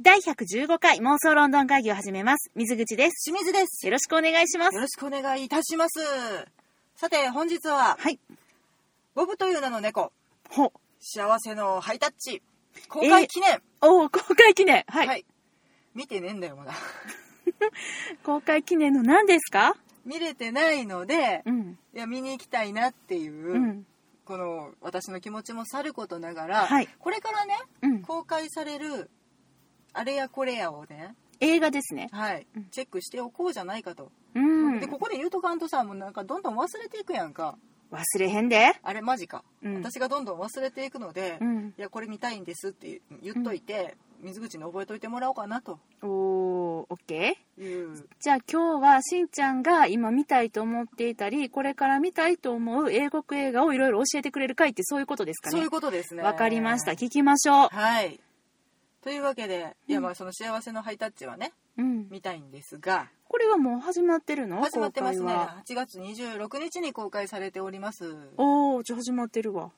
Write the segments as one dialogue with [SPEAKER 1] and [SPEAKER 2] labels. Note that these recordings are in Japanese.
[SPEAKER 1] 第115回妄想ロンドン会議を始めます。水口です。
[SPEAKER 2] 清水です。
[SPEAKER 1] よろしくお願いします
[SPEAKER 2] よ。ろしくお願いいたします。さて、本日は、
[SPEAKER 1] はい。
[SPEAKER 2] ボブという名の猫、
[SPEAKER 1] ほ。
[SPEAKER 2] 幸せのハイタッチ、公開記念。
[SPEAKER 1] おお、公開記念。はい。
[SPEAKER 2] はい。見てねえんだよ、まだ。
[SPEAKER 1] 公開記念の何ですか
[SPEAKER 2] 見れてないので、
[SPEAKER 1] うん。
[SPEAKER 2] いや、見に行きたいなっていう、
[SPEAKER 1] うん。
[SPEAKER 2] この、私の気持ちもさることながら、
[SPEAKER 1] はい
[SPEAKER 2] これからね、
[SPEAKER 1] うん。
[SPEAKER 2] 公開される、あれやこれやをね、
[SPEAKER 1] 映画ですね。
[SPEAKER 2] はい、チェックしておこうじゃないかと。
[SPEAKER 1] うん。
[SPEAKER 2] で、ここで言うとかんとさ、もうなんかどんどん忘れていくやんか。
[SPEAKER 1] 忘れへんで。
[SPEAKER 2] あれマジか、
[SPEAKER 1] うん
[SPEAKER 2] 私がどんどん忘れていくので、
[SPEAKER 1] うん
[SPEAKER 2] いやこれ見たいんですって言っといて、水口に覚えといてもらおうかなと
[SPEAKER 1] おお、オッケー。
[SPEAKER 2] いう
[SPEAKER 1] じゃあ今日はしんちゃんが今見たいと思っていたり、これから見たいと思う英国映画をいろいろ教えてくれる回ってそういうことですか
[SPEAKER 2] そうい
[SPEAKER 1] ね
[SPEAKER 2] う。ことですね
[SPEAKER 1] わかりました。聞きましょう。
[SPEAKER 2] はいというわけで、いやまあその幸せのハイタッチはね
[SPEAKER 1] うん。
[SPEAKER 2] 見たいんですが
[SPEAKER 1] これはもう始まってるの
[SPEAKER 2] 始まってます
[SPEAKER 1] 公
[SPEAKER 2] ね
[SPEAKER 1] 開は
[SPEAKER 2] 8月26日に公開されております
[SPEAKER 1] おお、じゃあ始まってるわ。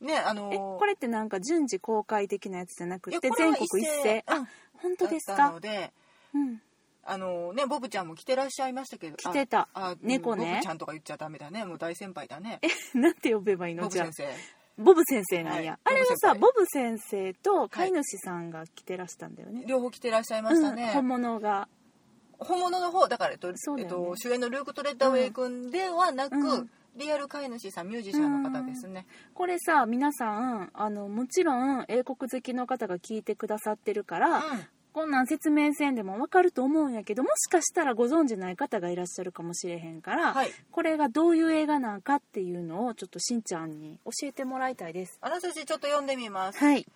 [SPEAKER 2] ねあ
[SPEAKER 1] え、
[SPEAKER 2] の
[SPEAKER 1] これってなんか順次公開的なやつじゃなく
[SPEAKER 2] いや
[SPEAKER 1] て、
[SPEAKER 2] これ
[SPEAKER 1] 全
[SPEAKER 2] は
[SPEAKER 1] 国一斉。
[SPEAKER 2] うん
[SPEAKER 1] あ、本当です
[SPEAKER 2] だった
[SPEAKER 1] か
[SPEAKER 2] の。で
[SPEAKER 1] うん。
[SPEAKER 2] あのねボブちゃんも来てらっしゃいましたけど
[SPEAKER 1] 来てた
[SPEAKER 2] ああ
[SPEAKER 1] 猫ね
[SPEAKER 2] ボブちゃんとか言っちゃダメだねもう大先輩だね
[SPEAKER 1] え、なん て呼べばいいの
[SPEAKER 2] ボブ
[SPEAKER 1] じゃ
[SPEAKER 2] 先
[SPEAKER 1] あ。
[SPEAKER 2] 生
[SPEAKER 1] ボブ先生なんや。あ
[SPEAKER 2] はい
[SPEAKER 1] れはさ、ボ
[SPEAKER 2] ボ
[SPEAKER 1] ブ先生と飼い主さんが来てらしたんだよね。
[SPEAKER 2] 両方来てらっしゃいましたね、
[SPEAKER 1] うん本物が。
[SPEAKER 2] 本物の方だから、えっと
[SPEAKER 1] そうだ
[SPEAKER 2] え
[SPEAKER 1] よ
[SPEAKER 2] っ
[SPEAKER 1] ね
[SPEAKER 2] と、主演のルーク・トレッダーウェイ君ではなく、
[SPEAKER 1] うん
[SPEAKER 2] リアル飼い主さんミュージシャンの方ですね、
[SPEAKER 1] これさ、皆さん、あの、もちろん英国好きの方が聞いてくださってるから、こんなん説明せんでもわかると思うんやけど、もしかしたらご存じない方がいらっしゃるかもしれへんから、
[SPEAKER 2] はい
[SPEAKER 1] これがどういう映画なんかっていうのをちょっとしんちゃんに教えてもらいたいです。
[SPEAKER 2] あらすじちょっと読んでみます
[SPEAKER 1] はい。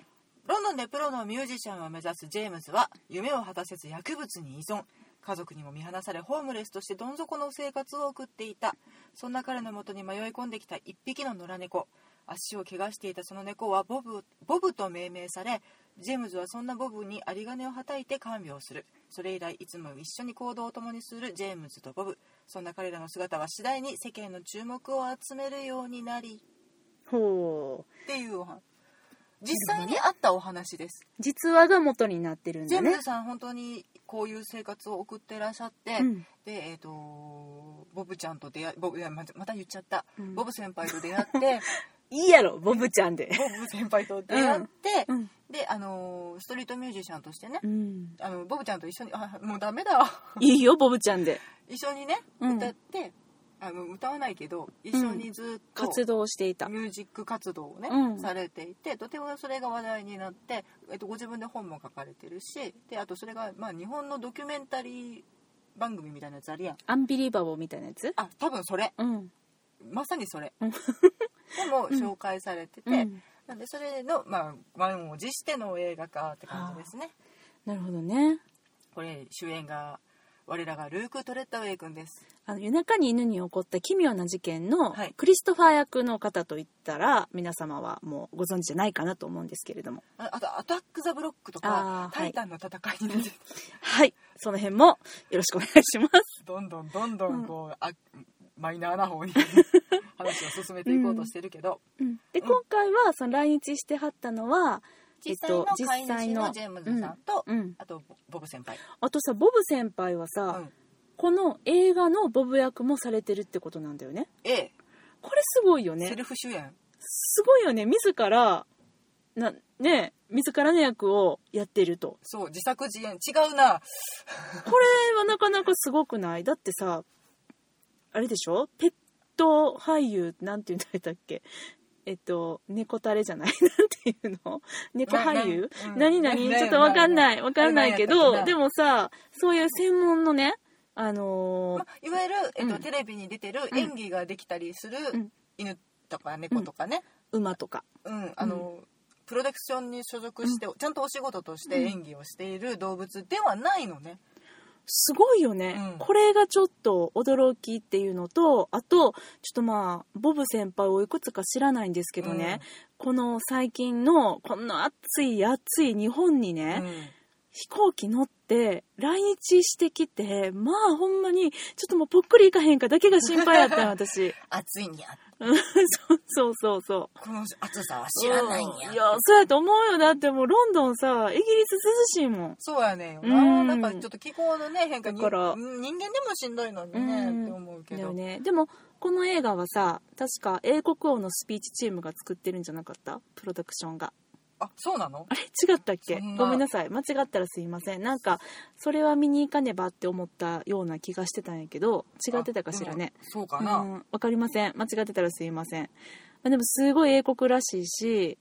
[SPEAKER 2] ロンドンでプロのミュージシャンを目指すジェームズは夢を果たせず薬物に依存家族にも見放されホームレスとしてどん底の生活を送っていたそんな彼のもとに迷い込んできた一匹の野良猫足を怪我していたその猫はボブボブと命名されジェームズはそんなボブに有り金をはたいて看病するそれ以来いつも一緒に行動を共にするジェームズとボブそんな彼らの姿は次第に世間の注目を集めるようになり
[SPEAKER 1] ほう。
[SPEAKER 2] っていうお話実際にあったお話です
[SPEAKER 1] 実話が元になってるん
[SPEAKER 2] ジェ
[SPEAKER 1] だ
[SPEAKER 2] ーム
[SPEAKER 1] ね
[SPEAKER 2] ズ。さん本当にこういう生活を送ってらっしゃって、
[SPEAKER 1] うん
[SPEAKER 2] でえっ、とボブちゃんと出会いボブいやまたまた言っちゃった、
[SPEAKER 1] うん
[SPEAKER 2] ボブ先輩と出会って
[SPEAKER 1] いいやろ、ボブちゃんで。
[SPEAKER 2] ボブ先輩と出会って、
[SPEAKER 1] うん。
[SPEAKER 2] であのーストリートミュージシャンとしてね、
[SPEAKER 1] うん。
[SPEAKER 2] あのボブちゃんと一緒にあもうダメだわ
[SPEAKER 1] いいよ、ボブちゃんで。
[SPEAKER 2] 一緒にね
[SPEAKER 1] うん
[SPEAKER 2] 歌って、あの歌わないけど一緒にずっと、
[SPEAKER 1] 活動していた。
[SPEAKER 2] ミュージック活動をね、
[SPEAKER 1] うん
[SPEAKER 2] されていてとてもそれが話題になって、えっと、ご自分で本も書かれてるしであとそれが、まあ、日本のドキュメンタリー番組みたいなやつあるやん
[SPEAKER 1] アンビリバボーみたいなやつ
[SPEAKER 2] あ多分それ
[SPEAKER 1] うん。
[SPEAKER 2] まさにそれ
[SPEAKER 1] うん
[SPEAKER 2] でも紹介されてて、
[SPEAKER 1] うん
[SPEAKER 2] なんでそれの、まあ、満を持しての映画化って感じですね
[SPEAKER 1] なるほどね。
[SPEAKER 2] これ主演が我らがルーク・トレッタウェイ君です
[SPEAKER 1] あの夜中に犬に起こった奇妙な事件の
[SPEAKER 2] はい
[SPEAKER 1] クリストファー役の方といったら皆様はもうご存知じゃないかなと思うんですけれども
[SPEAKER 2] ああと「アタック・ザ・ブロック」と
[SPEAKER 1] あー
[SPEAKER 2] か「タイタンの戦い」に出て
[SPEAKER 1] はいその辺もよろしくお願いします
[SPEAKER 2] どんどんどんどんこう、あマイナー な方に話を進めていこうとしてるけど、
[SPEAKER 1] で
[SPEAKER 2] うん
[SPEAKER 1] 今回はその来日してはったのは
[SPEAKER 2] 実際の飼い
[SPEAKER 1] 実際
[SPEAKER 2] 主
[SPEAKER 1] の
[SPEAKER 2] のジェームズさんと、
[SPEAKER 1] うん
[SPEAKER 2] あとボブ先輩、
[SPEAKER 1] あとさボブ先輩は
[SPEAKER 2] う
[SPEAKER 1] さ、
[SPEAKER 2] ん、
[SPEAKER 1] この映画のボブ役もされてるってことなんだよね
[SPEAKER 2] A、
[SPEAKER 1] これすごいよ
[SPEAKER 2] セ
[SPEAKER 1] ね
[SPEAKER 2] ルフ主演
[SPEAKER 1] すごいよね自らなね自らの役をやってると
[SPEAKER 2] そう自作自演違うな
[SPEAKER 1] これはなかなかすごくないだってさあれでしょペット俳優なんて言うんだったっけえっと猫タレじゃない なんていうの猫俳優
[SPEAKER 2] なな
[SPEAKER 1] 何
[SPEAKER 2] うん
[SPEAKER 1] 何
[SPEAKER 2] な
[SPEAKER 1] ちょっとわかん
[SPEAKER 2] な
[SPEAKER 1] ないわかんないけ
[SPEAKER 2] なな
[SPEAKER 1] ど
[SPEAKER 2] な
[SPEAKER 1] でもさそういう専門のねあのー
[SPEAKER 2] まいわゆる、えっと
[SPEAKER 1] うん
[SPEAKER 2] テレビに出てる
[SPEAKER 1] うん
[SPEAKER 2] 演技ができたりする
[SPEAKER 1] うん
[SPEAKER 2] 犬とか猫とかね、
[SPEAKER 1] 馬とか
[SPEAKER 2] うんあの、プロダクションに所属して、ちゃんとお仕事として演技をしている動物ではないのね、
[SPEAKER 1] すごいよね、
[SPEAKER 2] うん
[SPEAKER 1] これがちょっと驚きっていうのとあとちょっとまあボブ先輩をいくつか知らないんですけどね、この最近のこんな暑い暑い日本にね、
[SPEAKER 2] うん
[SPEAKER 1] 飛行機乗って来日してき てまあほんまにちょっともうぽっくりいかへんかだけが心配やったん私
[SPEAKER 2] 暑いにゃ
[SPEAKER 1] うんそうそうそうそう
[SPEAKER 2] この暑さは知らないんや
[SPEAKER 1] ういやそうやと思うよだってもうロンドンさイギリス涼しいもん
[SPEAKER 2] そうやねんよ
[SPEAKER 1] う
[SPEAKER 2] な。
[SPEAKER 1] ん
[SPEAKER 2] なんかちょっと気候のね変化に
[SPEAKER 1] だから
[SPEAKER 2] うん人間でもしんどいのに
[SPEAKER 1] う
[SPEAKER 2] ね
[SPEAKER 1] ん
[SPEAKER 2] って思うけ
[SPEAKER 1] だよ
[SPEAKER 2] ど。
[SPEAKER 1] ねでもこの映画はさ確か英国王のスピーチチームが作ってるんじゃなかったプロダクションが
[SPEAKER 2] あそうなの？
[SPEAKER 1] あれ違ったっけ
[SPEAKER 2] そんな
[SPEAKER 1] ごめんなさい間違ったらすいませんなんかそれは見に行かねばって思ったような気がしてたんやけど違ってたかしらね
[SPEAKER 2] あ。でもそうか
[SPEAKER 1] うん
[SPEAKER 2] な。
[SPEAKER 1] わかりません間違ってたらすいませんまあでもすごい英国らしいし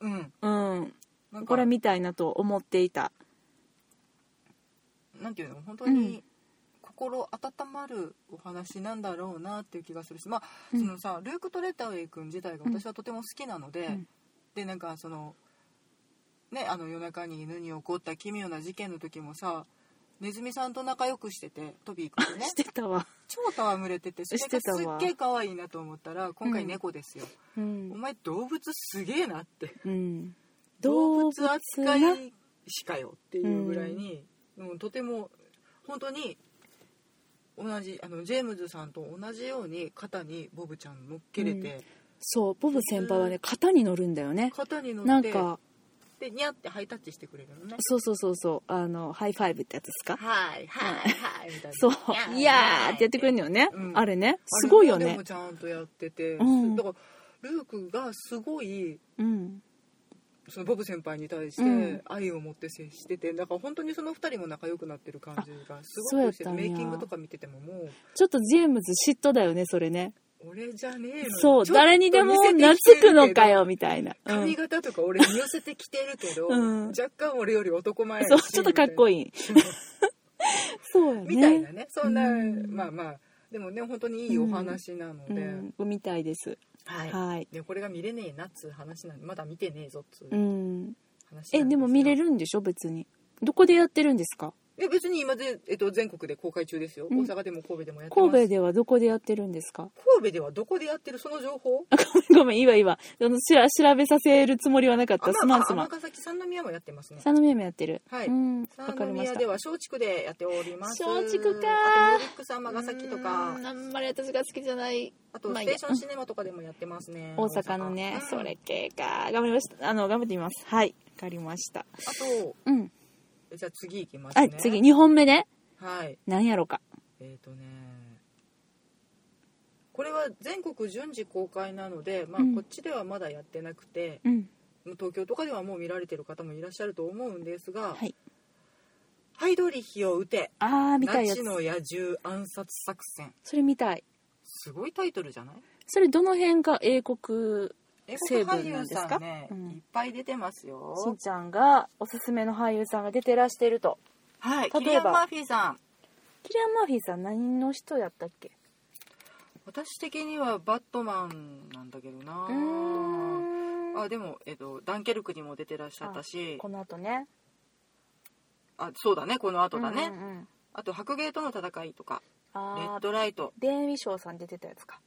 [SPEAKER 2] うん。
[SPEAKER 1] うん
[SPEAKER 2] なん
[SPEAKER 1] こ
[SPEAKER 2] か
[SPEAKER 1] れみたいなと思っていた
[SPEAKER 2] なんていうの本当に心温まるお話なんだろうなっていう気がするし、まあ
[SPEAKER 1] うん
[SPEAKER 2] そのさルーク・トレタウェイ君自体が
[SPEAKER 1] うん
[SPEAKER 2] 私はとても好きなので、
[SPEAKER 1] うん
[SPEAKER 2] でなんかそのねあの夜中に犬に起こった奇妙な事件の時もさネズミさんと仲良くしててトビー君とね
[SPEAKER 1] してたわ
[SPEAKER 2] 超戯れててそれ
[SPEAKER 1] してた
[SPEAKER 2] が
[SPEAKER 1] わ
[SPEAKER 2] すっげえ可愛いなと思ったら今回
[SPEAKER 1] うん
[SPEAKER 2] 猫ですよ、
[SPEAKER 1] う
[SPEAKER 2] お
[SPEAKER 1] ん、
[SPEAKER 2] 前動物すげえなって
[SPEAKER 1] うん、
[SPEAKER 2] 動物扱
[SPEAKER 1] 動物ない
[SPEAKER 2] しかよっていうぐらいに、もうとても本当に同じあのジェームズさんと同じように肩にボブちゃん乗っけれて、
[SPEAKER 1] そうボブ先輩はね型に乗るんだよね
[SPEAKER 2] 肩に乗
[SPEAKER 1] な
[SPEAKER 2] っ
[SPEAKER 1] ん
[SPEAKER 2] て
[SPEAKER 1] か
[SPEAKER 2] でニャってハイタッチしてくれるのね
[SPEAKER 1] そうそうそうそうあのハイファイブってやつですか
[SPEAKER 2] はいはいはいみたいな
[SPEAKER 1] そう「い
[SPEAKER 2] ニャ
[SPEAKER 1] やー」ってやってくれるのよね、
[SPEAKER 2] うん
[SPEAKER 1] あれねすごいよ
[SPEAKER 2] あれもで
[SPEAKER 1] ね
[SPEAKER 2] もちゃんとやってて、
[SPEAKER 1] うん
[SPEAKER 2] だからルークがすごい
[SPEAKER 1] うん
[SPEAKER 2] そのボブ先輩に対し
[SPEAKER 1] うん
[SPEAKER 2] て愛を持って接してて、だから本当にその2人も仲良くなってる感じがす
[SPEAKER 1] そう
[SPEAKER 2] ご
[SPEAKER 1] や
[SPEAKER 2] く
[SPEAKER 1] っ
[SPEAKER 2] して
[SPEAKER 1] た
[SPEAKER 2] て
[SPEAKER 1] んや
[SPEAKER 2] メイキングとか見ててももう
[SPEAKER 1] ちょっとジェームズ嫉妬だよねそれね
[SPEAKER 2] 俺じゃねえの
[SPEAKER 1] そう
[SPEAKER 2] ちょっと
[SPEAKER 1] 誰にでも
[SPEAKER 2] 似せてきて
[SPEAKER 1] 懐
[SPEAKER 2] るけど
[SPEAKER 1] くのかよみたいな、うん
[SPEAKER 2] 髪型とか俺に寄せてきてるけど、
[SPEAKER 1] うん
[SPEAKER 2] 若干俺より男前やし
[SPEAKER 1] そうちょっとかっこ
[SPEAKER 2] い
[SPEAKER 1] いい
[SPEAKER 2] いな
[SPEAKER 1] そう やね
[SPEAKER 2] みたいなねそんな、
[SPEAKER 1] うん
[SPEAKER 2] まあまあでもね本当にいいお話なので、
[SPEAKER 1] うん、みたいです
[SPEAKER 2] はい、
[SPEAKER 1] はい、
[SPEAKER 2] でこれが見れねえなっつう話なんでまだ見てねえぞっつう
[SPEAKER 1] う
[SPEAKER 2] 話
[SPEAKER 1] ん
[SPEAKER 2] なんですが
[SPEAKER 1] えでも見れるんでしょ別にどこでやってるんですか
[SPEAKER 2] え別に今で、えっと、全国で公開中ですよ、
[SPEAKER 1] うん
[SPEAKER 2] 大阪でも神戸でもやってます
[SPEAKER 1] 神戸ではどこでやってるんですか
[SPEAKER 2] 神戸ではどこでやってるその情報
[SPEAKER 1] あごめんごめんいいわいいわあのしら調べさせるつもりはなかったすまんすまん
[SPEAKER 2] 尼崎三宮もやってますね
[SPEAKER 1] 三宮もやってる
[SPEAKER 2] はい
[SPEAKER 1] うんわか
[SPEAKER 2] 三
[SPEAKER 1] りまし
[SPEAKER 2] 宮
[SPEAKER 1] た
[SPEAKER 2] では松竹でやっております
[SPEAKER 1] 松竹か
[SPEAKER 2] あとミュージックス尼崎とか
[SPEAKER 1] うんあんまり私が好きじゃない
[SPEAKER 2] あと
[SPEAKER 1] まあい
[SPEAKER 2] ス
[SPEAKER 1] いや
[SPEAKER 2] テーションシネマとかでもやってますね
[SPEAKER 1] 大阪のね
[SPEAKER 2] うん
[SPEAKER 1] それ系か頑張りましたあの頑張ってみますはいわかりました
[SPEAKER 2] あと
[SPEAKER 1] うん
[SPEAKER 2] えじゃあ次行きます
[SPEAKER 1] は
[SPEAKER 2] ね
[SPEAKER 1] い次2本目ね
[SPEAKER 2] はい
[SPEAKER 1] 何やろか
[SPEAKER 2] えっ、とねこれは全国順次公開なので、まあ
[SPEAKER 1] うん
[SPEAKER 2] こっちではまだやってなくて
[SPEAKER 1] うん
[SPEAKER 2] 東京とかではもう見られてる方もいらっしゃると思うんですが
[SPEAKER 1] はい
[SPEAKER 2] 「ハイドリヒを撃て
[SPEAKER 1] あー見た
[SPEAKER 2] ナ
[SPEAKER 1] いやつ
[SPEAKER 2] チの野獣暗殺作戦
[SPEAKER 1] それ見たい」
[SPEAKER 2] すごいタイトルじゃない
[SPEAKER 1] それどの辺が英国
[SPEAKER 2] 英
[SPEAKER 1] 成
[SPEAKER 2] 国
[SPEAKER 1] 分
[SPEAKER 2] 俳優さんね
[SPEAKER 1] なんですかうん
[SPEAKER 2] いっぱい出てますよ
[SPEAKER 1] しんちゃんがおすすめの俳優さんが出てらしてると
[SPEAKER 2] は
[SPEAKER 1] 例え
[SPEAKER 2] い
[SPEAKER 1] ば
[SPEAKER 2] キリアン・マーフィーさん
[SPEAKER 1] キリアン・マーフィーさん何の人やったっけ
[SPEAKER 2] 私的にはバットマンなんだけどな
[SPEAKER 1] うーん
[SPEAKER 2] あでも、えっと、ダンケルクにも出てらっしゃったし
[SPEAKER 1] この後ね
[SPEAKER 2] あそうだねこの後だね、
[SPEAKER 1] うんうんうん
[SPEAKER 2] あと「白芸との戦い」とか「レ
[SPEAKER 1] あ
[SPEAKER 2] ッ
[SPEAKER 1] ー
[SPEAKER 2] ドライト
[SPEAKER 1] デン・ウィショーさん出てたやつか」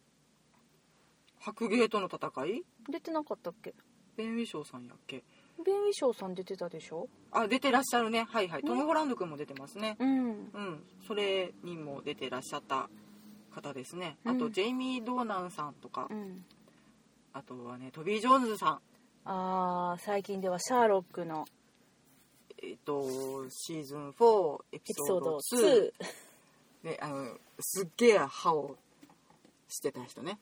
[SPEAKER 2] 「白芸との戦い
[SPEAKER 1] 出てなかったっけ」
[SPEAKER 2] ベン・ウィショーさんやっけ
[SPEAKER 1] デン・ウィショーさん出てたでしょ
[SPEAKER 2] あ出てらっしゃるねはいはい
[SPEAKER 1] ね
[SPEAKER 2] トム・ホランド君も出てますね
[SPEAKER 1] うん
[SPEAKER 2] うんそれにも出てらっしゃった方ですねあと、
[SPEAKER 1] うん
[SPEAKER 2] ジェイミー・ドーナンさんとか、
[SPEAKER 1] うん
[SPEAKER 2] あとはねトビー・ジョーンズさん
[SPEAKER 1] あー最近ではシャーロックの
[SPEAKER 2] えっと、シーズン4エピ
[SPEAKER 1] エピ
[SPEAKER 2] ソ
[SPEAKER 1] ソ
[SPEAKER 2] ー
[SPEAKER 1] ード
[SPEAKER 2] ド
[SPEAKER 1] 2
[SPEAKER 2] 2, ね、あのすっげえ歯をしてた人ね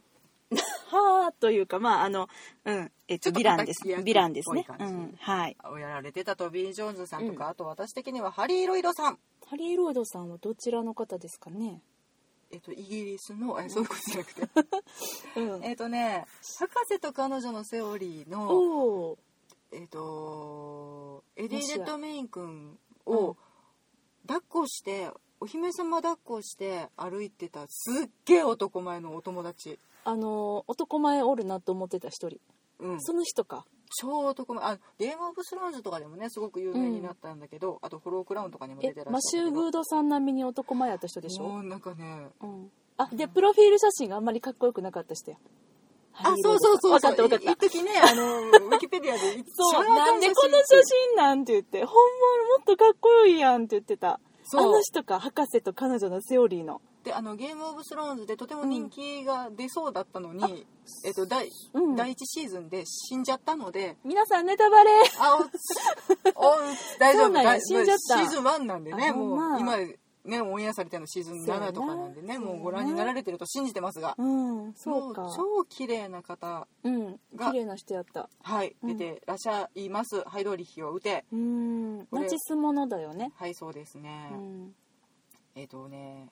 [SPEAKER 1] はーというかまああのうんえっ
[SPEAKER 2] ちょ
[SPEAKER 1] とヴ
[SPEAKER 2] っと
[SPEAKER 1] ィランです
[SPEAKER 2] 敵役
[SPEAKER 1] ヴィランですね
[SPEAKER 2] っぽいう感じ
[SPEAKER 1] んはい
[SPEAKER 2] をやられてたトビー・ジョーンズさんとか、
[SPEAKER 1] うん
[SPEAKER 2] あと私的にはハリー・ロイドさん、
[SPEAKER 1] ハリー・ロイドさんはどちらの方ですかね
[SPEAKER 2] えっと、イギリスのえそういうことじゃなくて
[SPEAKER 1] うん
[SPEAKER 2] えっとね博士と彼女のセオリーの、
[SPEAKER 1] おお
[SPEAKER 2] えっと、エデ
[SPEAKER 1] もし
[SPEAKER 2] ィ・
[SPEAKER 1] や
[SPEAKER 2] レッドメイン君
[SPEAKER 1] うん
[SPEAKER 2] を抱っこしてお姫様抱っこして歩いてたすっげえ男前のお友達。
[SPEAKER 1] あのー男前おるなと思ってた一人
[SPEAKER 2] うん、
[SPEAKER 1] その人か
[SPEAKER 2] 超男前あゲームオブスローンズとかでもねすごく有名になったんだけど、あとホロークラウンとかにも
[SPEAKER 1] え
[SPEAKER 2] 出てらっしゃ
[SPEAKER 1] マシュー・グードさん並みに男前やった人で
[SPEAKER 2] で
[SPEAKER 1] し
[SPEAKER 2] し
[SPEAKER 1] ょ
[SPEAKER 2] ょなんかね
[SPEAKER 1] うんあでプロフィール写真があんまりかっこよくなかった人や
[SPEAKER 2] あそうそうそ
[SPEAKER 1] 分
[SPEAKER 2] う
[SPEAKER 1] かった分かっ
[SPEAKER 2] い
[SPEAKER 1] た
[SPEAKER 2] 一時ねあのウィキペディアで
[SPEAKER 1] そうなんでこの写真なんて言って本物もっとかっこよいやんって言ってたあ
[SPEAKER 2] そう
[SPEAKER 1] の人か博士と彼女のセオリーの
[SPEAKER 2] であのゲームオブスローンズでとても人気が出そうだったのに、えっと第
[SPEAKER 1] うん
[SPEAKER 2] 第1シーズンで死んじゃったので、
[SPEAKER 1] 皆さんネタバレ
[SPEAKER 2] あおつおう大丈
[SPEAKER 1] そう
[SPEAKER 2] 夫
[SPEAKER 1] なんや
[SPEAKER 2] 大
[SPEAKER 1] 死んじゃった
[SPEAKER 2] シーズン1なんでね
[SPEAKER 1] あほん
[SPEAKER 2] もう
[SPEAKER 1] ま
[SPEAKER 2] 今ねオンエアされてるのシーズン7とかなんで
[SPEAKER 1] そうや
[SPEAKER 2] ね
[SPEAKER 1] な
[SPEAKER 2] もう
[SPEAKER 1] そ
[SPEAKER 2] ご
[SPEAKER 1] うやな
[SPEAKER 2] 覧になられてると信じてますが
[SPEAKER 1] うんそうか
[SPEAKER 2] もう超綺麗な方
[SPEAKER 1] うん
[SPEAKER 2] が
[SPEAKER 1] 綺麗な人やった
[SPEAKER 2] はい
[SPEAKER 1] うん
[SPEAKER 2] 出てらっしゃいます、ハイドーリッヒを打て
[SPEAKER 1] うん
[SPEAKER 2] これ
[SPEAKER 1] ナチスものだよね
[SPEAKER 2] はいそうですね
[SPEAKER 1] う、ん
[SPEAKER 2] えっ、とね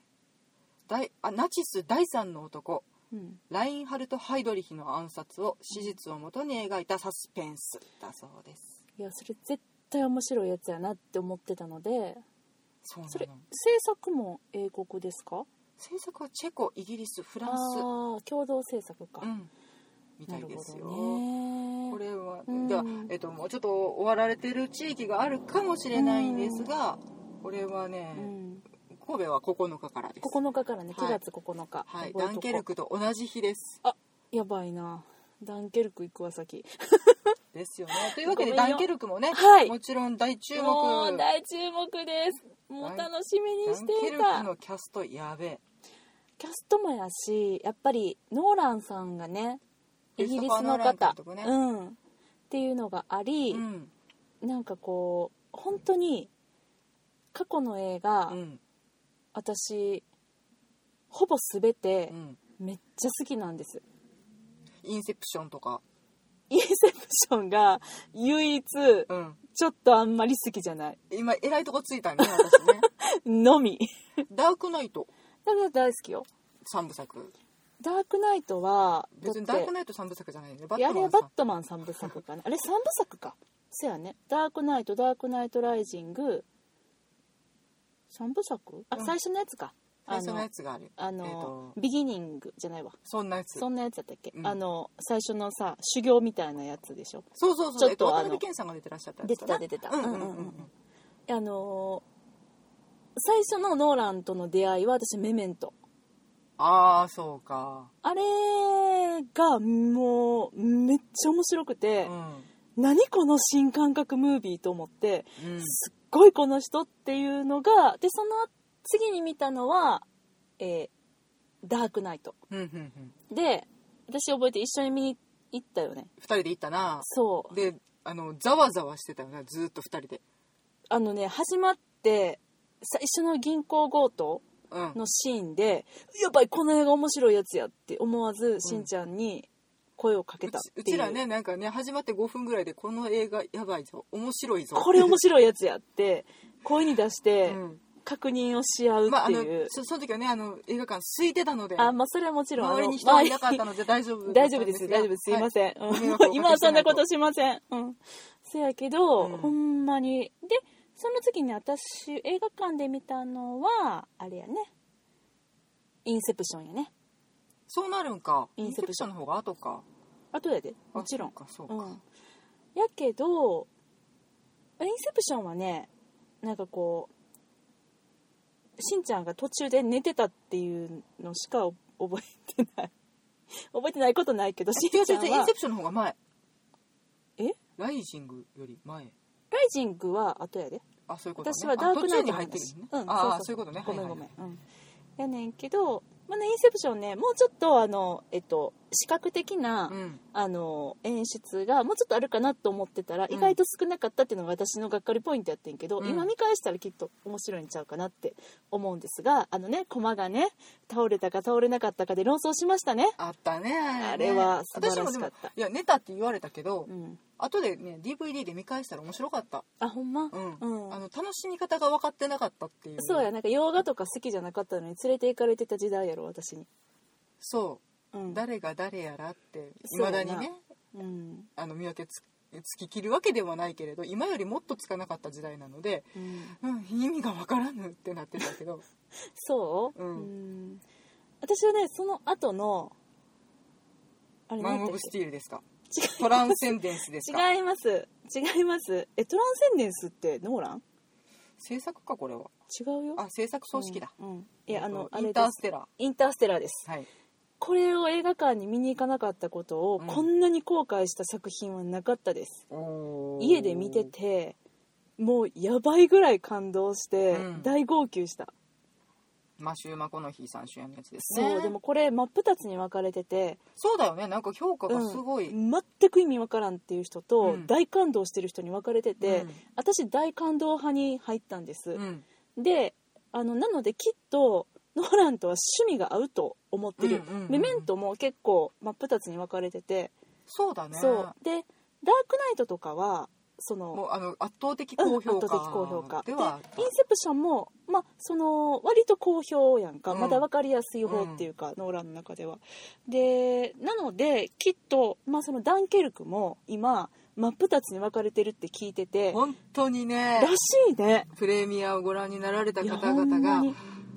[SPEAKER 2] 大あナチス第3の男
[SPEAKER 1] うん
[SPEAKER 2] ラインハルト・ハイドリヒの暗殺を史実をもとに描いたサスペンスだそうです
[SPEAKER 1] いやそれ絶対面白いやつやなって思ってたので
[SPEAKER 2] そうな
[SPEAKER 1] それ
[SPEAKER 2] の
[SPEAKER 1] 制作も英国ですか
[SPEAKER 2] 制作はチェコイギリスフランス
[SPEAKER 1] ああ共同制作か、
[SPEAKER 2] うん、みた
[SPEAKER 1] ないる
[SPEAKER 2] で
[SPEAKER 1] ほ
[SPEAKER 2] すよ。
[SPEAKER 1] どね
[SPEAKER 2] これは、
[SPEAKER 1] うん
[SPEAKER 2] では、えっと、もうちょっと終わられてる地域があるかもしれないんですが、これはね、
[SPEAKER 1] うん、
[SPEAKER 2] 神戸は9日からです。
[SPEAKER 1] 9日からね
[SPEAKER 2] はい
[SPEAKER 1] 9月9日、
[SPEAKER 2] は
[SPEAKER 1] 覚え
[SPEAKER 2] い、
[SPEAKER 1] とこ
[SPEAKER 2] ダンケルクと同じ日です。
[SPEAKER 1] やばいなダンケルク行くわ先
[SPEAKER 2] ですよね。というわけで、
[SPEAKER 1] ごめんよ
[SPEAKER 2] ダンケルクもね、
[SPEAKER 1] はい
[SPEAKER 2] もちろん大注目。
[SPEAKER 1] もう
[SPEAKER 2] ダ
[SPEAKER 1] 大注目ですもう楽しみにし
[SPEAKER 2] ン
[SPEAKER 1] て
[SPEAKER 2] ケ
[SPEAKER 1] い
[SPEAKER 2] ル
[SPEAKER 1] た
[SPEAKER 2] クのキャストやべえ。
[SPEAKER 1] キャストもやしやっぱりノーランさんがね
[SPEAKER 2] ク
[SPEAKER 1] イ
[SPEAKER 2] リス
[SPEAKER 1] ギ
[SPEAKER 2] ト
[SPEAKER 1] リ
[SPEAKER 2] ファー
[SPEAKER 1] スの
[SPEAKER 2] ノーラン監
[SPEAKER 1] 方、
[SPEAKER 2] 督ね
[SPEAKER 1] うんっていうのがあり
[SPEAKER 2] う、ん、
[SPEAKER 1] なんかこう本当に過去の映画、
[SPEAKER 2] うん、
[SPEAKER 1] 私ほぼ全て
[SPEAKER 2] うん。
[SPEAKER 1] めっちゃ好きなんです、
[SPEAKER 2] インセプションとか。
[SPEAKER 1] インセプションが唯一
[SPEAKER 2] うん。
[SPEAKER 1] ちょっとあんまり好きじゃない
[SPEAKER 2] 今、偉いとこついたね、私ね。
[SPEAKER 1] の み
[SPEAKER 2] ダークナイト
[SPEAKER 1] だから大好きよ
[SPEAKER 2] 三部作。
[SPEAKER 1] ダークナイトは
[SPEAKER 2] 別にダークナイト三部作じゃないんで、バ
[SPEAKER 1] いや
[SPEAKER 2] ッ
[SPEAKER 1] あ
[SPEAKER 2] ト
[SPEAKER 1] れ
[SPEAKER 2] マ
[SPEAKER 1] は
[SPEAKER 2] ンさ
[SPEAKER 1] バッ。トマン3
[SPEAKER 2] ん
[SPEAKER 1] 部作かなあれ3部作かそやねダークナイトダークナイトライジング3部作あ、
[SPEAKER 2] うん
[SPEAKER 1] 最初のやつか
[SPEAKER 2] 最
[SPEAKER 1] あ
[SPEAKER 2] 初のや
[SPEAKER 1] の
[SPEAKER 2] つがある
[SPEAKER 1] あの、
[SPEAKER 2] えーと
[SPEAKER 1] ビギニングじゃないわ
[SPEAKER 2] そんなやつ
[SPEAKER 1] そんなやつやったっけ、
[SPEAKER 2] うん
[SPEAKER 1] あの最初のさ修行みたいなやつでしょ
[SPEAKER 2] そうそうそう
[SPEAKER 1] ちょっと
[SPEAKER 2] えっと
[SPEAKER 1] あの
[SPEAKER 2] 渡辺謙さんが出てらっしゃったやつかな
[SPEAKER 1] 出てた出てた
[SPEAKER 2] うんうんう
[SPEAKER 1] うんう
[SPEAKER 2] ん
[SPEAKER 1] んうんあのー最初のノーランとの出会いは私メメント
[SPEAKER 2] ああそうか
[SPEAKER 1] あれがもうめっちゃ面白く
[SPEAKER 2] う
[SPEAKER 1] て、
[SPEAKER 2] ん
[SPEAKER 1] 何この新感覚ムービーと思って
[SPEAKER 2] うん
[SPEAKER 1] すっごいこの人っていうのがでその次に見たのは、えーダークナイト
[SPEAKER 2] うんうんうん
[SPEAKER 1] で私覚えて一緒に見に行ったよね
[SPEAKER 2] 二人で行ったな
[SPEAKER 1] そう
[SPEAKER 2] であのざわざわしてたよなずーっと二人で
[SPEAKER 1] あのね始まって最初の銀行強盗
[SPEAKER 2] うん
[SPEAKER 1] のシーンで「やばいこの映画面白いやつや」って思わずしんちゃんに声をかけ
[SPEAKER 2] う
[SPEAKER 1] たっ
[SPEAKER 2] ちう
[SPEAKER 1] てい
[SPEAKER 2] ち
[SPEAKER 1] う,、
[SPEAKER 2] らねなんかね始まって5分ぐらいでこの映画やばいぞ面白いぞ
[SPEAKER 1] これ面白いやつやって声に出して
[SPEAKER 2] うん
[SPEAKER 1] 確認をし合う
[SPEAKER 2] まあ
[SPEAKER 1] っ
[SPEAKER 2] あ
[SPEAKER 1] て
[SPEAKER 2] の
[SPEAKER 1] いう、
[SPEAKER 2] そその時はねあの映画館空いてたので
[SPEAKER 1] あまあそれはもちろん
[SPEAKER 2] 周りに人
[SPEAKER 1] あの
[SPEAKER 2] がいなかったので大丈 夫
[SPEAKER 1] 大丈夫です
[SPEAKER 2] だ
[SPEAKER 1] 大丈夫
[SPEAKER 2] ったん
[SPEAKER 1] ですすい
[SPEAKER 2] が
[SPEAKER 1] ません、うん
[SPEAKER 2] 迷惑をおかけしてないと
[SPEAKER 1] 今はそんなことしません、うん、せやけど、
[SPEAKER 2] うん
[SPEAKER 1] ほんまにでその時に私映画館で見たのはあれやねインセプションやね
[SPEAKER 2] そうなるんかイ
[SPEAKER 1] イ
[SPEAKER 2] ン
[SPEAKER 1] ン
[SPEAKER 2] セ
[SPEAKER 1] セ
[SPEAKER 2] プ
[SPEAKER 1] プ
[SPEAKER 2] シ
[SPEAKER 1] シ
[SPEAKER 2] ョ
[SPEAKER 1] ョ
[SPEAKER 2] ンの方が後か
[SPEAKER 1] あとやで
[SPEAKER 2] あ
[SPEAKER 1] もちろん
[SPEAKER 2] そうかそう
[SPEAKER 1] う
[SPEAKER 2] か
[SPEAKER 1] ん、やけどインセプションはねなんかこうしんちゃんが途中で寝てたっていうのしか覚えてない 覚えてないことないけどし
[SPEAKER 2] 違うん
[SPEAKER 1] ちゃん
[SPEAKER 2] 違う違うイン
[SPEAKER 1] は
[SPEAKER 2] セプションの方が前
[SPEAKER 1] え
[SPEAKER 2] ライジングより前
[SPEAKER 1] ライジングは後やで
[SPEAKER 2] あそういうこと、ね、
[SPEAKER 1] 私はダークナイトの
[SPEAKER 2] あ途中に入って
[SPEAKER 1] 話
[SPEAKER 2] るね、
[SPEAKER 1] うん
[SPEAKER 2] ああそういうことね
[SPEAKER 1] ごめんごめ
[SPEAKER 2] はい
[SPEAKER 1] ん、うん、やねんけど、まあね、インセプションねもうちょっとあのえっと視覚的な、
[SPEAKER 2] はいはいうん
[SPEAKER 1] あの演出がもうちょっとあるかなと思ってたら
[SPEAKER 2] うん
[SPEAKER 1] 意外と少なかったっていうのが私のがっかりポイントやってんけど、
[SPEAKER 2] うん
[SPEAKER 1] 今見返したらきっと面白いんちゃうかなって思うんですがあのね駒がね倒れたか倒れなかったかで論争しましたね、
[SPEAKER 2] あったね
[SPEAKER 1] あれは素晴らしかった
[SPEAKER 2] 私もでもいや寝たって言われたけど、
[SPEAKER 1] うん、
[SPEAKER 2] 後でね DVD で見返したら面白かった
[SPEAKER 1] あほんま、
[SPEAKER 2] うん、
[SPEAKER 1] うん
[SPEAKER 2] あの楽しみ方が分かってなかったっていう
[SPEAKER 1] そうやなんか洋画とか好きじゃなかったのに連れて行かれてた時代やろ私に、
[SPEAKER 2] そううん誰が誰やらってい
[SPEAKER 1] そう
[SPEAKER 2] ま
[SPEAKER 1] やな
[SPEAKER 2] だにね
[SPEAKER 1] うん
[SPEAKER 2] あの見分けつつききるわけではないけれど今よりもっとつかなかった時代なので、
[SPEAKER 1] うん、
[SPEAKER 2] うん、意味が分からぬってなってた けど
[SPEAKER 1] そう、
[SPEAKER 2] う
[SPEAKER 1] うんん、私はねその後のあれ
[SPEAKER 2] マン・
[SPEAKER 1] 何
[SPEAKER 2] オ
[SPEAKER 1] だっ
[SPEAKER 2] ブ・スティールですか
[SPEAKER 1] け違
[SPEAKER 2] トランセンデンスですか
[SPEAKER 1] う違います違いますえトランセンデンスってノーラン
[SPEAKER 2] 制作かこれは
[SPEAKER 1] 違うよ
[SPEAKER 2] あ制作組織だ、
[SPEAKER 1] うんうんいやあのあ
[SPEAKER 2] イ
[SPEAKER 1] れ
[SPEAKER 2] ン
[SPEAKER 1] で
[SPEAKER 2] ター
[SPEAKER 1] す
[SPEAKER 2] ステラ
[SPEAKER 1] インターステラーです
[SPEAKER 2] ーはい
[SPEAKER 1] これを映画館に見に行かなかったことを、
[SPEAKER 2] うん
[SPEAKER 1] こんなに後悔した作品はなかったです
[SPEAKER 2] おー
[SPEAKER 1] 家で見ててもうやばいぐらい感動して、
[SPEAKER 2] うん
[SPEAKER 1] 大号泣した
[SPEAKER 2] マシューマコの日さん主演のやつですね
[SPEAKER 1] そうでもこれ真っ二つに分かれてて、
[SPEAKER 2] そうだよねなんか評価がすごい、
[SPEAKER 1] うん全く意味分からんっていう人と、
[SPEAKER 2] うん
[SPEAKER 1] 大感動してる人に分かれてて、
[SPEAKER 2] うん
[SPEAKER 1] 私大感動派に入ったんです、
[SPEAKER 2] うん
[SPEAKER 1] であのなのできっとノーランとは趣味が合うと思ってる、
[SPEAKER 2] うんうんうん
[SPEAKER 1] メメントも結構真っ二つに分かれてて、
[SPEAKER 2] そうだね
[SPEAKER 1] そうで「ダークナイト」とかはその
[SPEAKER 2] もうあの圧倒的
[SPEAKER 1] うん
[SPEAKER 2] 高評
[SPEAKER 1] 圧倒的
[SPEAKER 2] 価,、
[SPEAKER 1] 高評価
[SPEAKER 2] ではあっ
[SPEAKER 1] インセプションも、まあ、その割と好評やんか、
[SPEAKER 2] うん
[SPEAKER 1] まだ分かりやすい方っていうか、ノーランの中ではでなのできっと、まあ、そのダンケルクも今真っ二つに分かれてるって聞いて
[SPEAKER 2] た
[SPEAKER 1] て
[SPEAKER 2] 本当に
[SPEAKER 1] ら
[SPEAKER 2] ね
[SPEAKER 1] しいね
[SPEAKER 2] プレミアをご覧になられた
[SPEAKER 1] いや
[SPEAKER 2] 方
[SPEAKER 1] ほ
[SPEAKER 2] 々
[SPEAKER 1] んま
[SPEAKER 2] が
[SPEAKER 1] に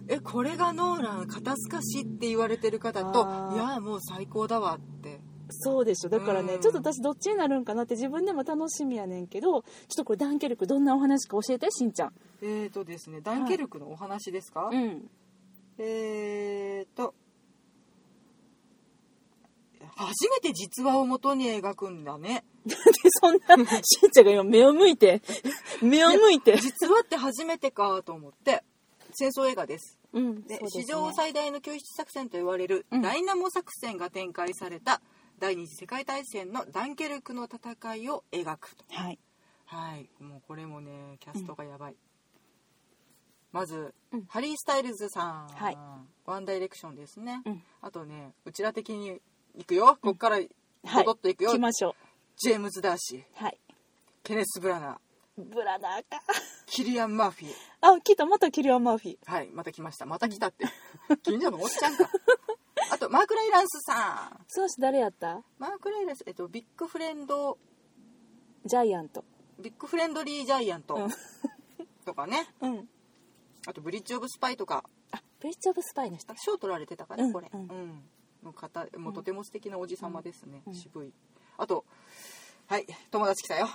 [SPEAKER 2] えこれがノーラン肩透かしって言われてる方と
[SPEAKER 1] あー
[SPEAKER 2] いやもう最高だわって
[SPEAKER 1] そうでしょだからね、
[SPEAKER 2] うん
[SPEAKER 1] ちょっと私どっちになるんかなって自分でも楽しみやねんけどちょっとこれダンケルクどんなお話か教えてしんちゃん
[SPEAKER 2] えーとですねダンケルクのお話ですか、
[SPEAKER 1] うん
[SPEAKER 2] えーと初めて実話を元に描くんだね
[SPEAKER 1] でそん なしんちゃんが今目を向いて目を 向いて
[SPEAKER 2] 実話って初めてかと思って戦争映画です
[SPEAKER 1] うん
[SPEAKER 2] で
[SPEAKER 1] そうですね
[SPEAKER 2] 史上最大の救出作戦と言われる
[SPEAKER 1] うん
[SPEAKER 2] ダイナモ作戦が展開された第二次世界大戦のダンケルクの戦いを描くと
[SPEAKER 1] はい
[SPEAKER 2] はいもうこれもねキャストがやばい、まず、
[SPEAKER 1] うん
[SPEAKER 2] ハリー・スタイルズさん、
[SPEAKER 1] はい
[SPEAKER 2] ワンダイレクションですね、
[SPEAKER 1] うん
[SPEAKER 2] あとねうちら的に行くよこっから
[SPEAKER 1] はい
[SPEAKER 2] 戻っていくよ、
[SPEAKER 1] 行きましょう
[SPEAKER 2] ジェームズ・ダーシー
[SPEAKER 1] はい
[SPEAKER 2] ケネス・ブラナー
[SPEAKER 1] ブラダーか
[SPEAKER 2] キリアン・マーフィー
[SPEAKER 1] あ来たまたキリアン・マーフィー
[SPEAKER 2] はいまた来ましたまた来た って近所のおっちゃんかあとマーク・ライランスさん
[SPEAKER 1] その人誰やった
[SPEAKER 2] マーク・ライラス、えっと、ビッグフレンド
[SPEAKER 1] ジャイアント
[SPEAKER 2] ビッグフレンドリージャイアン
[SPEAKER 1] う
[SPEAKER 2] ト
[SPEAKER 1] ん
[SPEAKER 2] とかね、
[SPEAKER 1] うん
[SPEAKER 2] あとブリッジ・オブ・スパイとか
[SPEAKER 1] あブリッジ・オブ・スパイの人
[SPEAKER 2] あ賞取られてたかな、
[SPEAKER 1] うん
[SPEAKER 2] これ、
[SPEAKER 1] う
[SPEAKER 2] うんんの方もうとても素敵なおじさまですね、
[SPEAKER 1] うん
[SPEAKER 2] 渋いあとはい友達来たよ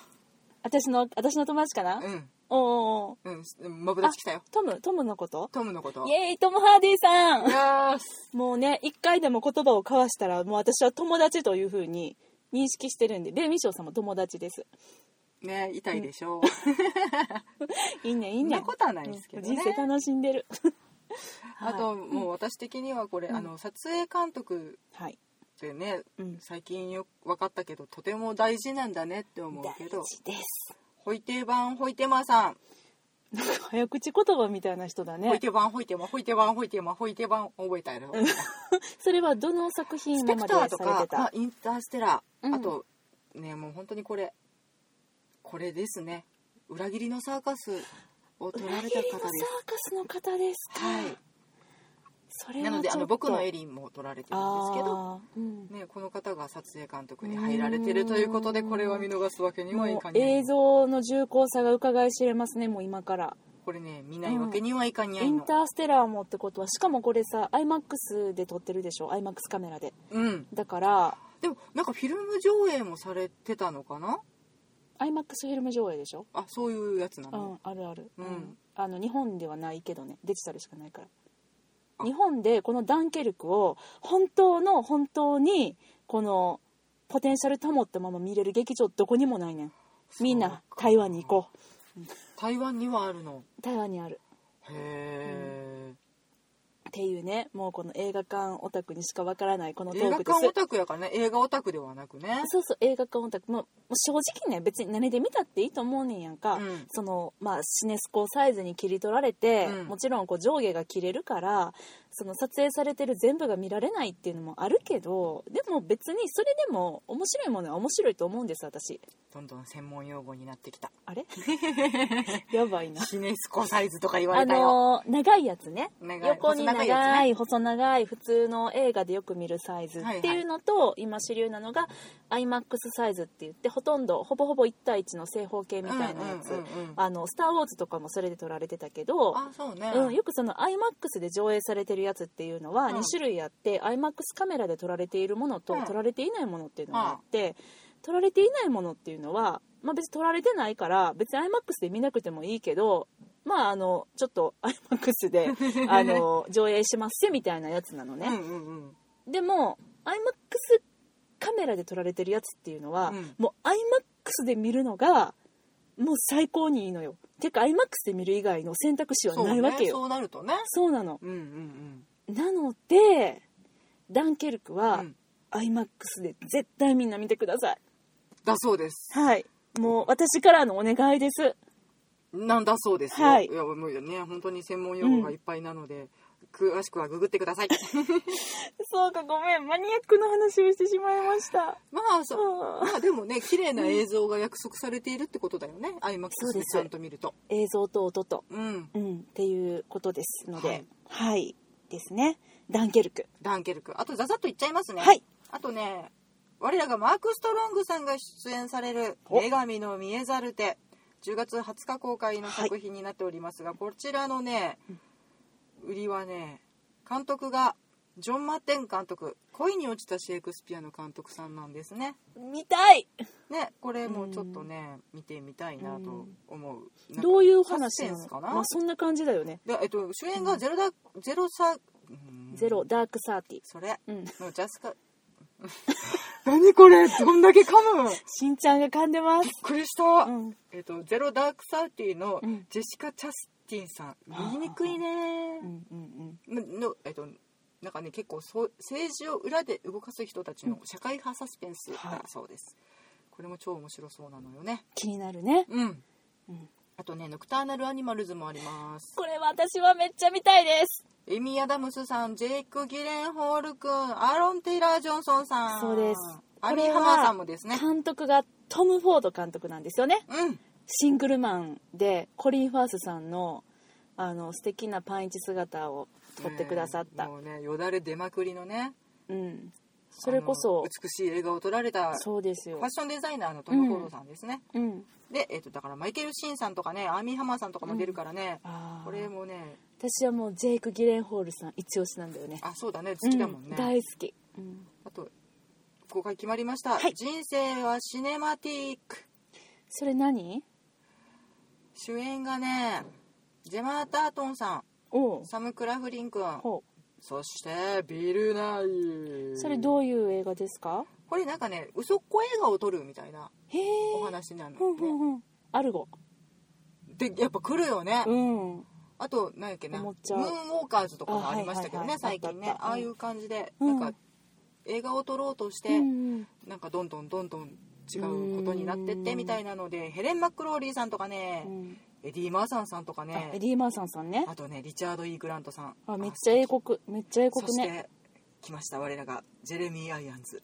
[SPEAKER 1] 私の私の友達かな、
[SPEAKER 2] うん
[SPEAKER 1] おおお
[SPEAKER 2] うんマブダチ来たよ
[SPEAKER 1] トムトムのこと
[SPEAKER 2] トムのこと
[SPEAKER 1] イエーイトム・ハーディさん
[SPEAKER 2] よーし
[SPEAKER 1] もうね一回でも言葉を交わしたらもう私は友達というふうに認識してるんでレイ・ミショーさんも友達です
[SPEAKER 2] ね痛いでしょ
[SPEAKER 1] いいねいい
[SPEAKER 2] そん
[SPEAKER 1] ね
[SPEAKER 2] なことはないですけどね
[SPEAKER 1] 人生楽しんでる
[SPEAKER 2] あともう私的にはこれ、
[SPEAKER 1] うん
[SPEAKER 2] あの撮影監督
[SPEAKER 1] はい、
[SPEAKER 2] ってね
[SPEAKER 1] うん、
[SPEAKER 2] 最近よく分かったけどとても大事なんだねって思う
[SPEAKER 1] 大
[SPEAKER 2] けど
[SPEAKER 1] 事です
[SPEAKER 2] ホイテバンホイテマさん、
[SPEAKER 1] なんか早口言葉みたいな人だ
[SPEAKER 2] ホイ
[SPEAKER 1] ね
[SPEAKER 2] テバンホイテマホイテバンホイテマホイテバン覚えたやろ。
[SPEAKER 1] それはどの作品
[SPEAKER 2] スペ
[SPEAKER 1] 今
[SPEAKER 2] ク
[SPEAKER 1] ま
[SPEAKER 2] タ
[SPEAKER 1] でさ
[SPEAKER 2] ーと
[SPEAKER 1] れ
[SPEAKER 2] か
[SPEAKER 1] て、
[SPEAKER 2] まあ
[SPEAKER 1] た
[SPEAKER 2] インターステラー、
[SPEAKER 1] うん
[SPEAKER 2] あとねもう本当にこれこれですね裏切りのサーカスを取ら
[SPEAKER 1] 裏
[SPEAKER 2] れ
[SPEAKER 1] 切
[SPEAKER 2] た
[SPEAKER 1] りのサー
[SPEAKER 2] 方です。
[SPEAKER 1] カスの方ですか、
[SPEAKER 2] は
[SPEAKER 1] そ
[SPEAKER 2] い。
[SPEAKER 1] れは
[SPEAKER 2] なのであ
[SPEAKER 1] ちょ
[SPEAKER 2] の
[SPEAKER 1] っと
[SPEAKER 2] 僕のエリンも取られてるんですけど。
[SPEAKER 1] あーうん
[SPEAKER 2] ね、この方が撮影監督に入られてるということで
[SPEAKER 1] うん
[SPEAKER 2] これは見逃すわけにはい
[SPEAKER 1] も
[SPEAKER 2] か
[SPEAKER 1] う
[SPEAKER 2] にゃ
[SPEAKER 1] 映
[SPEAKER 2] い
[SPEAKER 1] 像の重厚さが伺い知れますねもう今から
[SPEAKER 2] これね見ないわけにはいかにゃ
[SPEAKER 1] イ
[SPEAKER 2] い
[SPEAKER 1] ン
[SPEAKER 2] の
[SPEAKER 1] ターステラーもってことはしかもこれさ iMAX で撮ってるでしょ iMAX カメラで
[SPEAKER 2] うん
[SPEAKER 1] だから
[SPEAKER 2] でもなんかフィルム上映もされてたのかな
[SPEAKER 1] iMAX フィルム上映でしょ
[SPEAKER 2] あそういうやつな
[SPEAKER 1] う
[SPEAKER 2] の、
[SPEAKER 1] んあるある、
[SPEAKER 2] うん
[SPEAKER 1] あの日本ではないけどねデジタルしかないから
[SPEAKER 2] あ
[SPEAKER 1] 日本でこのダンケルクを本当の本当にこのポテンシャル保ったまま見れる劇場どこにもないねんみんな台湾に行こう
[SPEAKER 2] 台湾にはあるの
[SPEAKER 1] 台湾にある
[SPEAKER 2] へえ、
[SPEAKER 1] っていうねもうこの映画館オタクにしかわからないこのト
[SPEAKER 2] 映
[SPEAKER 1] ー
[SPEAKER 2] 画
[SPEAKER 1] クで
[SPEAKER 2] 館
[SPEAKER 1] す
[SPEAKER 2] オタクやからね映画オタクではなくね
[SPEAKER 1] そうそう映画館オタクもうもう正直ね別に何で見たっていいと思うねんやんか、
[SPEAKER 2] うん
[SPEAKER 1] そのまあシネスコサイズに切り取られて、
[SPEAKER 2] うん
[SPEAKER 1] もちろんこう上下が切れるからその撮影されてる全部が見られないっていうのもあるけどでも別にそれでも面白いものは面白いと思うんです私
[SPEAKER 2] どんどん専門用語になってきた
[SPEAKER 1] あ れやばいな
[SPEAKER 2] シネスコサイズとか言わ
[SPEAKER 1] あ
[SPEAKER 2] れた
[SPEAKER 1] の
[SPEAKER 2] よ、
[SPEAKER 1] ー長いやつね
[SPEAKER 2] 長い
[SPEAKER 1] 横に長い
[SPEAKER 2] 細長いやつ
[SPEAKER 1] 細長い普通の映画でよく見るサイズ
[SPEAKER 2] はいはい
[SPEAKER 1] っていうのと、今主流なのが IMAX サイズって言ってほとんどほぼほぼ1対1の正方形みたいなやつ、
[SPEAKER 2] うんうんうんうん
[SPEAKER 1] あの「スター・ウォーズ」とかもそれで撮られてたけど、
[SPEAKER 2] あそうね、
[SPEAKER 1] うん、よくその IMAX で上映されてるやつっていうのは
[SPEAKER 2] うん
[SPEAKER 1] 2種類あって、IMAX カメラで撮られているものと
[SPEAKER 2] うん
[SPEAKER 1] 撮られていないものっていうのがあって、撮られていないものっていうのは、まあ、別に撮られてないから別に IMAX で見なくてもいいけどまああのちょっと IMAX であの上映しますよみたいなやつなの
[SPEAKER 2] うん
[SPEAKER 1] ね、
[SPEAKER 2] うんうん
[SPEAKER 1] でも IMAX カメラで撮られてるやつっていうのは、
[SPEAKER 2] うん
[SPEAKER 1] もう IMAX で見るのがもう最高にいいのよてか IMAX で見る以外の選択肢は
[SPEAKER 2] そう
[SPEAKER 1] ないわけ
[SPEAKER 2] ね、
[SPEAKER 1] よ
[SPEAKER 2] そうなるとね
[SPEAKER 1] そう,、なの
[SPEAKER 2] うんうんうん
[SPEAKER 1] なのでダンケルク
[SPEAKER 2] う
[SPEAKER 1] は
[SPEAKER 2] ん
[SPEAKER 1] IMAX で絶対みんな見てください
[SPEAKER 2] だそうです
[SPEAKER 1] はいもう私からのお願いです
[SPEAKER 2] なんだそうですよ。
[SPEAKER 1] はい
[SPEAKER 2] やもうね本当に専門用語がいっぱいなので、詳しくはググってく ださい。
[SPEAKER 1] そうかごめんマニアックな話をしてしまいました
[SPEAKER 2] まあそう。まあでもね綺麗な映像が約束されているってことだよね。アイマック
[SPEAKER 1] そう
[SPEAKER 2] ス
[SPEAKER 1] で
[SPEAKER 2] ですちゃんと見ると。
[SPEAKER 1] 映像と音と
[SPEAKER 2] うん。
[SPEAKER 1] うんっていうことですのではい、ですねダンケルク
[SPEAKER 2] ダンケルク。あとザザッといっちゃいますね。
[SPEAKER 1] はい。
[SPEAKER 2] あとね我らがマークストロングさんが出演される
[SPEAKER 1] お
[SPEAKER 2] 女神の見えざる手10月20日公開の作品になっておりますが、こちらのね売りはね監督がジョン・マッテン監督恋に落ちたシェイクスピアの監督さんなんですね。
[SPEAKER 1] 見たい
[SPEAKER 2] ねこれもちょっとね、見てみたいなと思う、なんか
[SPEAKER 1] どういう話な
[SPEAKER 2] サスペンス
[SPEAKER 1] の
[SPEAKER 2] かな
[SPEAKER 1] まあそんな感じだよね
[SPEAKER 2] でえっと主演がゼロだ、ゼロサうん
[SPEAKER 1] ゼロダークサーティ
[SPEAKER 2] それ
[SPEAKER 1] うん
[SPEAKER 2] のジャスカ何これどんだけ噛むびっ
[SPEAKER 1] しんちゃんが噛んでます
[SPEAKER 2] くりした、
[SPEAKER 1] うん
[SPEAKER 2] えっとゼロダークサーティの
[SPEAKER 1] うん
[SPEAKER 2] ジェシカ・チャスティンさん
[SPEAKER 1] あー
[SPEAKER 2] 言いにくいね
[SPEAKER 1] うんうん
[SPEAKER 2] のえっとなんかね結構そう政治を裏で動かす人たちの社会派サスペンスだそうです、これも超面白そうなのよね
[SPEAKER 1] 気になるね
[SPEAKER 2] うん
[SPEAKER 1] うん
[SPEAKER 2] あとね、ノクターナルアニマルズもあります。
[SPEAKER 1] これ私はめっちゃ見たいです
[SPEAKER 2] エミ・アダムスさん、ジェイク・ギレンホール君、アーロン・テイラー・ジョンソンさん。
[SPEAKER 1] そうです
[SPEAKER 2] アミ・
[SPEAKER 1] これは
[SPEAKER 2] ハマーさんもですね。
[SPEAKER 1] 監督がトム・フォード監督なんですよね
[SPEAKER 2] うん。
[SPEAKER 1] シングルマンでコリン・ファースさんのあの素敵なパンイチ姿を撮ってくださった、
[SPEAKER 2] ねもうね、よだれ出まくりのね。
[SPEAKER 1] うん、それこそ
[SPEAKER 2] あの美しい映画を撮られた、フ
[SPEAKER 1] そうですよ
[SPEAKER 2] ァッ、ションデザイナーのトム・コードさんですね。
[SPEAKER 1] うん、
[SPEAKER 2] で、えっ、と、だからマイケル・シンさんとかね、アミ・ハマーさんとかも出るからね。
[SPEAKER 1] あー
[SPEAKER 2] これもね、
[SPEAKER 1] 私はもうジェイク・ギレンホールさん一押しなんだよね
[SPEAKER 2] あ、そうだね、好きだもん
[SPEAKER 1] う
[SPEAKER 2] ね。
[SPEAKER 1] 大好き、うん
[SPEAKER 2] あと、公開決まりました。
[SPEAKER 1] はい
[SPEAKER 2] 人生はシネマティック。
[SPEAKER 1] それ何
[SPEAKER 2] 主演がねジェマー・タートンさ
[SPEAKER 1] おうん
[SPEAKER 2] サム・クラフリン君
[SPEAKER 1] ほ
[SPEAKER 2] そしてビル・ナ
[SPEAKER 1] う
[SPEAKER 2] イ
[SPEAKER 1] それどういう映画ですか
[SPEAKER 2] これなんかね嘘っこ映画を撮るみたいな
[SPEAKER 1] へえ
[SPEAKER 2] お話なの、ね
[SPEAKER 1] ふんふんふんアルゴ
[SPEAKER 2] でやっぱ来るよね、
[SPEAKER 1] うん
[SPEAKER 2] あと何やっけな
[SPEAKER 1] お
[SPEAKER 2] ムーン
[SPEAKER 1] も
[SPEAKER 2] ウ
[SPEAKER 1] ちゃ
[SPEAKER 2] ォーカーズとかもありましたけどね、
[SPEAKER 1] あはいはいはい
[SPEAKER 2] 最近
[SPEAKER 1] あ
[SPEAKER 2] ね
[SPEAKER 1] ったあった
[SPEAKER 2] ああいう感じで、
[SPEAKER 1] うん
[SPEAKER 2] なんか映画を撮ろうとして、
[SPEAKER 1] うんうん
[SPEAKER 2] なんかどんどんどんどん違うことになってってみたいなのでヘレン・マックローリーさんとかね、
[SPEAKER 1] うん
[SPEAKER 2] エディ・マーサンさんとか
[SPEAKER 1] あエ
[SPEAKER 2] ね
[SPEAKER 1] ディ・マーサンさんね
[SPEAKER 2] あとねリチャード・イー・グラントさん
[SPEAKER 1] あめっちゃ英国めっちゃ英国ね
[SPEAKER 2] そして来ました我らがジェレミー・アイアンズ、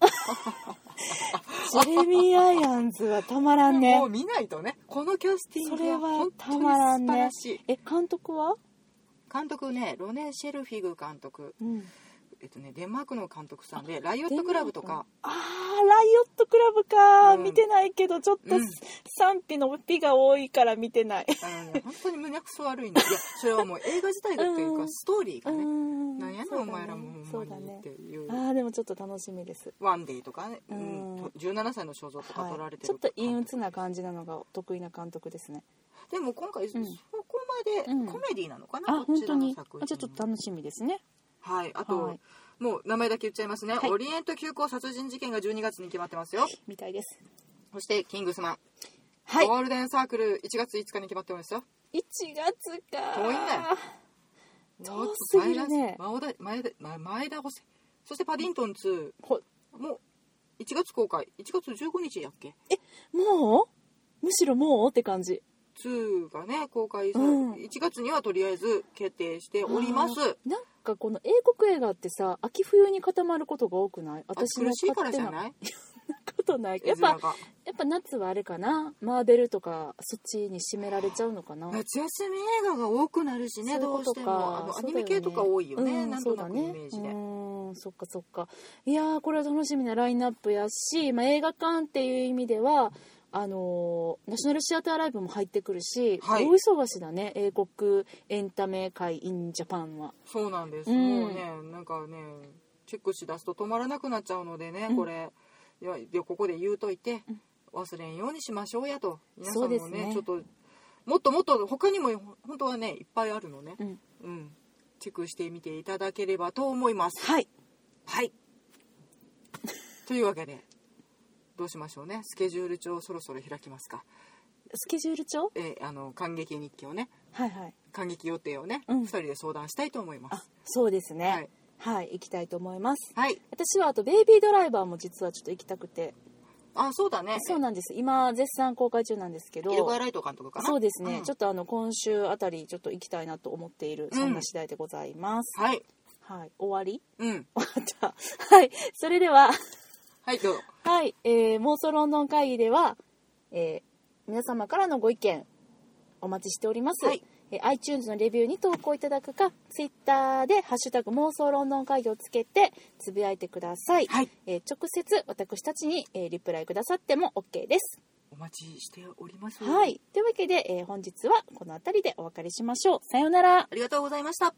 [SPEAKER 1] ジェレミー・アイアンズはたまらんね
[SPEAKER 2] もう見ないとねこのキャスティン
[SPEAKER 1] そ
[SPEAKER 2] グ
[SPEAKER 1] れ
[SPEAKER 2] は
[SPEAKER 1] は
[SPEAKER 2] 本当
[SPEAKER 1] た
[SPEAKER 2] に
[SPEAKER 1] まら
[SPEAKER 2] 素
[SPEAKER 1] ん
[SPEAKER 2] 晴
[SPEAKER 1] ね
[SPEAKER 2] らしい、
[SPEAKER 1] え監督は、
[SPEAKER 2] 監督ねロネ・シェルフィグ監督
[SPEAKER 1] うん、
[SPEAKER 2] えっとねデンマークの監督さんでライオットクラブとか
[SPEAKER 1] あーライオットクラブか、
[SPEAKER 2] うん
[SPEAKER 1] 見てないけどちょっと
[SPEAKER 2] うん
[SPEAKER 1] 賛否のピが多いから見てない、
[SPEAKER 2] あの、ね、本当に胸くそ 悪いんだいやそれはもう映画自体がっていう
[SPEAKER 1] う
[SPEAKER 2] か
[SPEAKER 1] ん
[SPEAKER 2] ストーリーが
[SPEAKER 1] う
[SPEAKER 2] ね
[SPEAKER 1] ん
[SPEAKER 2] なんやね
[SPEAKER 1] そうんだ
[SPEAKER 2] お前らもほ
[SPEAKER 1] そうん
[SPEAKER 2] ま
[SPEAKER 1] だ
[SPEAKER 2] にっ
[SPEAKER 1] ね
[SPEAKER 2] ていう
[SPEAKER 1] あーでもちょっと楽しみです
[SPEAKER 2] ワンデーとかね、う
[SPEAKER 1] うん
[SPEAKER 2] ん、17歳の肖像とか撮ら
[SPEAKER 1] は
[SPEAKER 2] れ
[SPEAKER 1] い、
[SPEAKER 2] て
[SPEAKER 1] ち
[SPEAKER 2] る
[SPEAKER 1] ょっと陰
[SPEAKER 2] 監督
[SPEAKER 1] 鬱な感じなのがお得意な監督ですね
[SPEAKER 2] でも今回そ
[SPEAKER 1] うん
[SPEAKER 2] こまで
[SPEAKER 1] うん
[SPEAKER 2] コメディなのかな、
[SPEAKER 1] あ
[SPEAKER 2] こ
[SPEAKER 1] 本
[SPEAKER 2] ち
[SPEAKER 1] 当
[SPEAKER 2] らの
[SPEAKER 1] に
[SPEAKER 2] 作品
[SPEAKER 1] あじゃあちょっと楽しみですね
[SPEAKER 2] はい、あと、
[SPEAKER 1] はい
[SPEAKER 2] もう名前だけ言っちゃいますね、
[SPEAKER 1] はい
[SPEAKER 2] オリエント急行殺人事件が12月に決まってますよ
[SPEAKER 1] みたいです
[SPEAKER 2] そしてキングスマン、
[SPEAKER 1] はい
[SPEAKER 2] ゴールデンサークル1月5日に決まってますよ
[SPEAKER 1] 1月か
[SPEAKER 2] 遠いね
[SPEAKER 1] 遠すぎるね
[SPEAKER 2] 前田前田前田前田補正そしてパディントン2
[SPEAKER 1] ほ
[SPEAKER 2] もう1月公開1月15日やっけ
[SPEAKER 1] もうむしろもうって感じ
[SPEAKER 2] 2がね公開さ、
[SPEAKER 1] うん
[SPEAKER 2] 1月にはとりあえず決定しております
[SPEAKER 1] あーなんかこの英国映画ってさ秋冬に固まることが多くない
[SPEAKER 2] あ苦
[SPEAKER 1] 私の
[SPEAKER 2] しいから
[SPEAKER 1] 勝
[SPEAKER 2] じ
[SPEAKER 1] 手
[SPEAKER 2] ゃ
[SPEAKER 1] な
[SPEAKER 2] ない
[SPEAKER 1] ことないや
[SPEAKER 2] 絵
[SPEAKER 1] っぱ
[SPEAKER 2] 面が
[SPEAKER 1] やっぱ夏はあれかなマーベルとかそっちに占められちゃうのかな
[SPEAKER 2] 夏休み映画が多くなるし
[SPEAKER 1] そ
[SPEAKER 2] ね
[SPEAKER 1] う
[SPEAKER 2] ど
[SPEAKER 1] いうこ
[SPEAKER 2] う
[SPEAKER 1] と
[SPEAKER 2] して
[SPEAKER 1] か
[SPEAKER 2] もあのアニメ系とか多いよね、なんとなくイメージ
[SPEAKER 1] そう
[SPEAKER 2] で、
[SPEAKER 1] だねうんそっかそっかいやーこれは楽しみなラインナップやし、まあ、映画館っていう意味ではあのーナショナルシアターライブも入ってくるし、
[SPEAKER 2] はい
[SPEAKER 1] 大忙しだね英国エンタメ界 in ジャパンは
[SPEAKER 2] そうなんです、
[SPEAKER 1] うん
[SPEAKER 2] もうねなんかねチェックしだすと止まらなくなっちゃうのでね、
[SPEAKER 1] うん
[SPEAKER 2] これいやでここで言うといて、忘れんようにしましょうやと皆さんもね
[SPEAKER 1] そうですね
[SPEAKER 2] ちょっともっともっと他にも本当はねいっぱいあるのね
[SPEAKER 1] う、ん
[SPEAKER 2] うん、チェックしてみていただければと思います
[SPEAKER 1] はい
[SPEAKER 2] はいというわけでどうしましょうねスケジュール帳そろそろ開きますか
[SPEAKER 1] スケジュール帳
[SPEAKER 2] えーあの感激日記をね
[SPEAKER 1] はいはい
[SPEAKER 2] 感激予定をね、
[SPEAKER 1] う
[SPEAKER 2] 二
[SPEAKER 1] ん
[SPEAKER 2] 2人で相談したいと思いま
[SPEAKER 1] あ
[SPEAKER 2] す
[SPEAKER 1] そうですね
[SPEAKER 2] はい
[SPEAKER 1] はい、行きたいと思います
[SPEAKER 2] はい
[SPEAKER 1] 私はあとベイビードライバーも実はちょっと行きたくて
[SPEAKER 2] あそうだね
[SPEAKER 1] そうなんです今絶賛公開中なんですけど
[SPEAKER 2] イルガーライト監督かな
[SPEAKER 1] そうですね、
[SPEAKER 2] ん
[SPEAKER 1] ちょっとあの今週あたりちょっと行きたいなと思っているそんな次第でございます、
[SPEAKER 2] はい
[SPEAKER 1] はい終わり
[SPEAKER 2] う
[SPEAKER 1] 終
[SPEAKER 2] ん
[SPEAKER 1] わったはいそれでは
[SPEAKER 2] はいどうぞ
[SPEAKER 1] はい、えー、妄想ロンドン会議では、えー皆様からのご意見お待ちしております、
[SPEAKER 2] はい
[SPEAKER 1] えー iTunes のレビューに投稿いただくか Twitter で「ハッシュタグ妄想ロンドン会議」をつけてつぶやいてください、
[SPEAKER 2] はい
[SPEAKER 1] えー直接私たちに、えーリプライくださっても OK です、
[SPEAKER 2] お待ちしております
[SPEAKER 1] はいというわけで、えー本日はこの辺りでお別れしましょうさようなら
[SPEAKER 2] ありがとうございました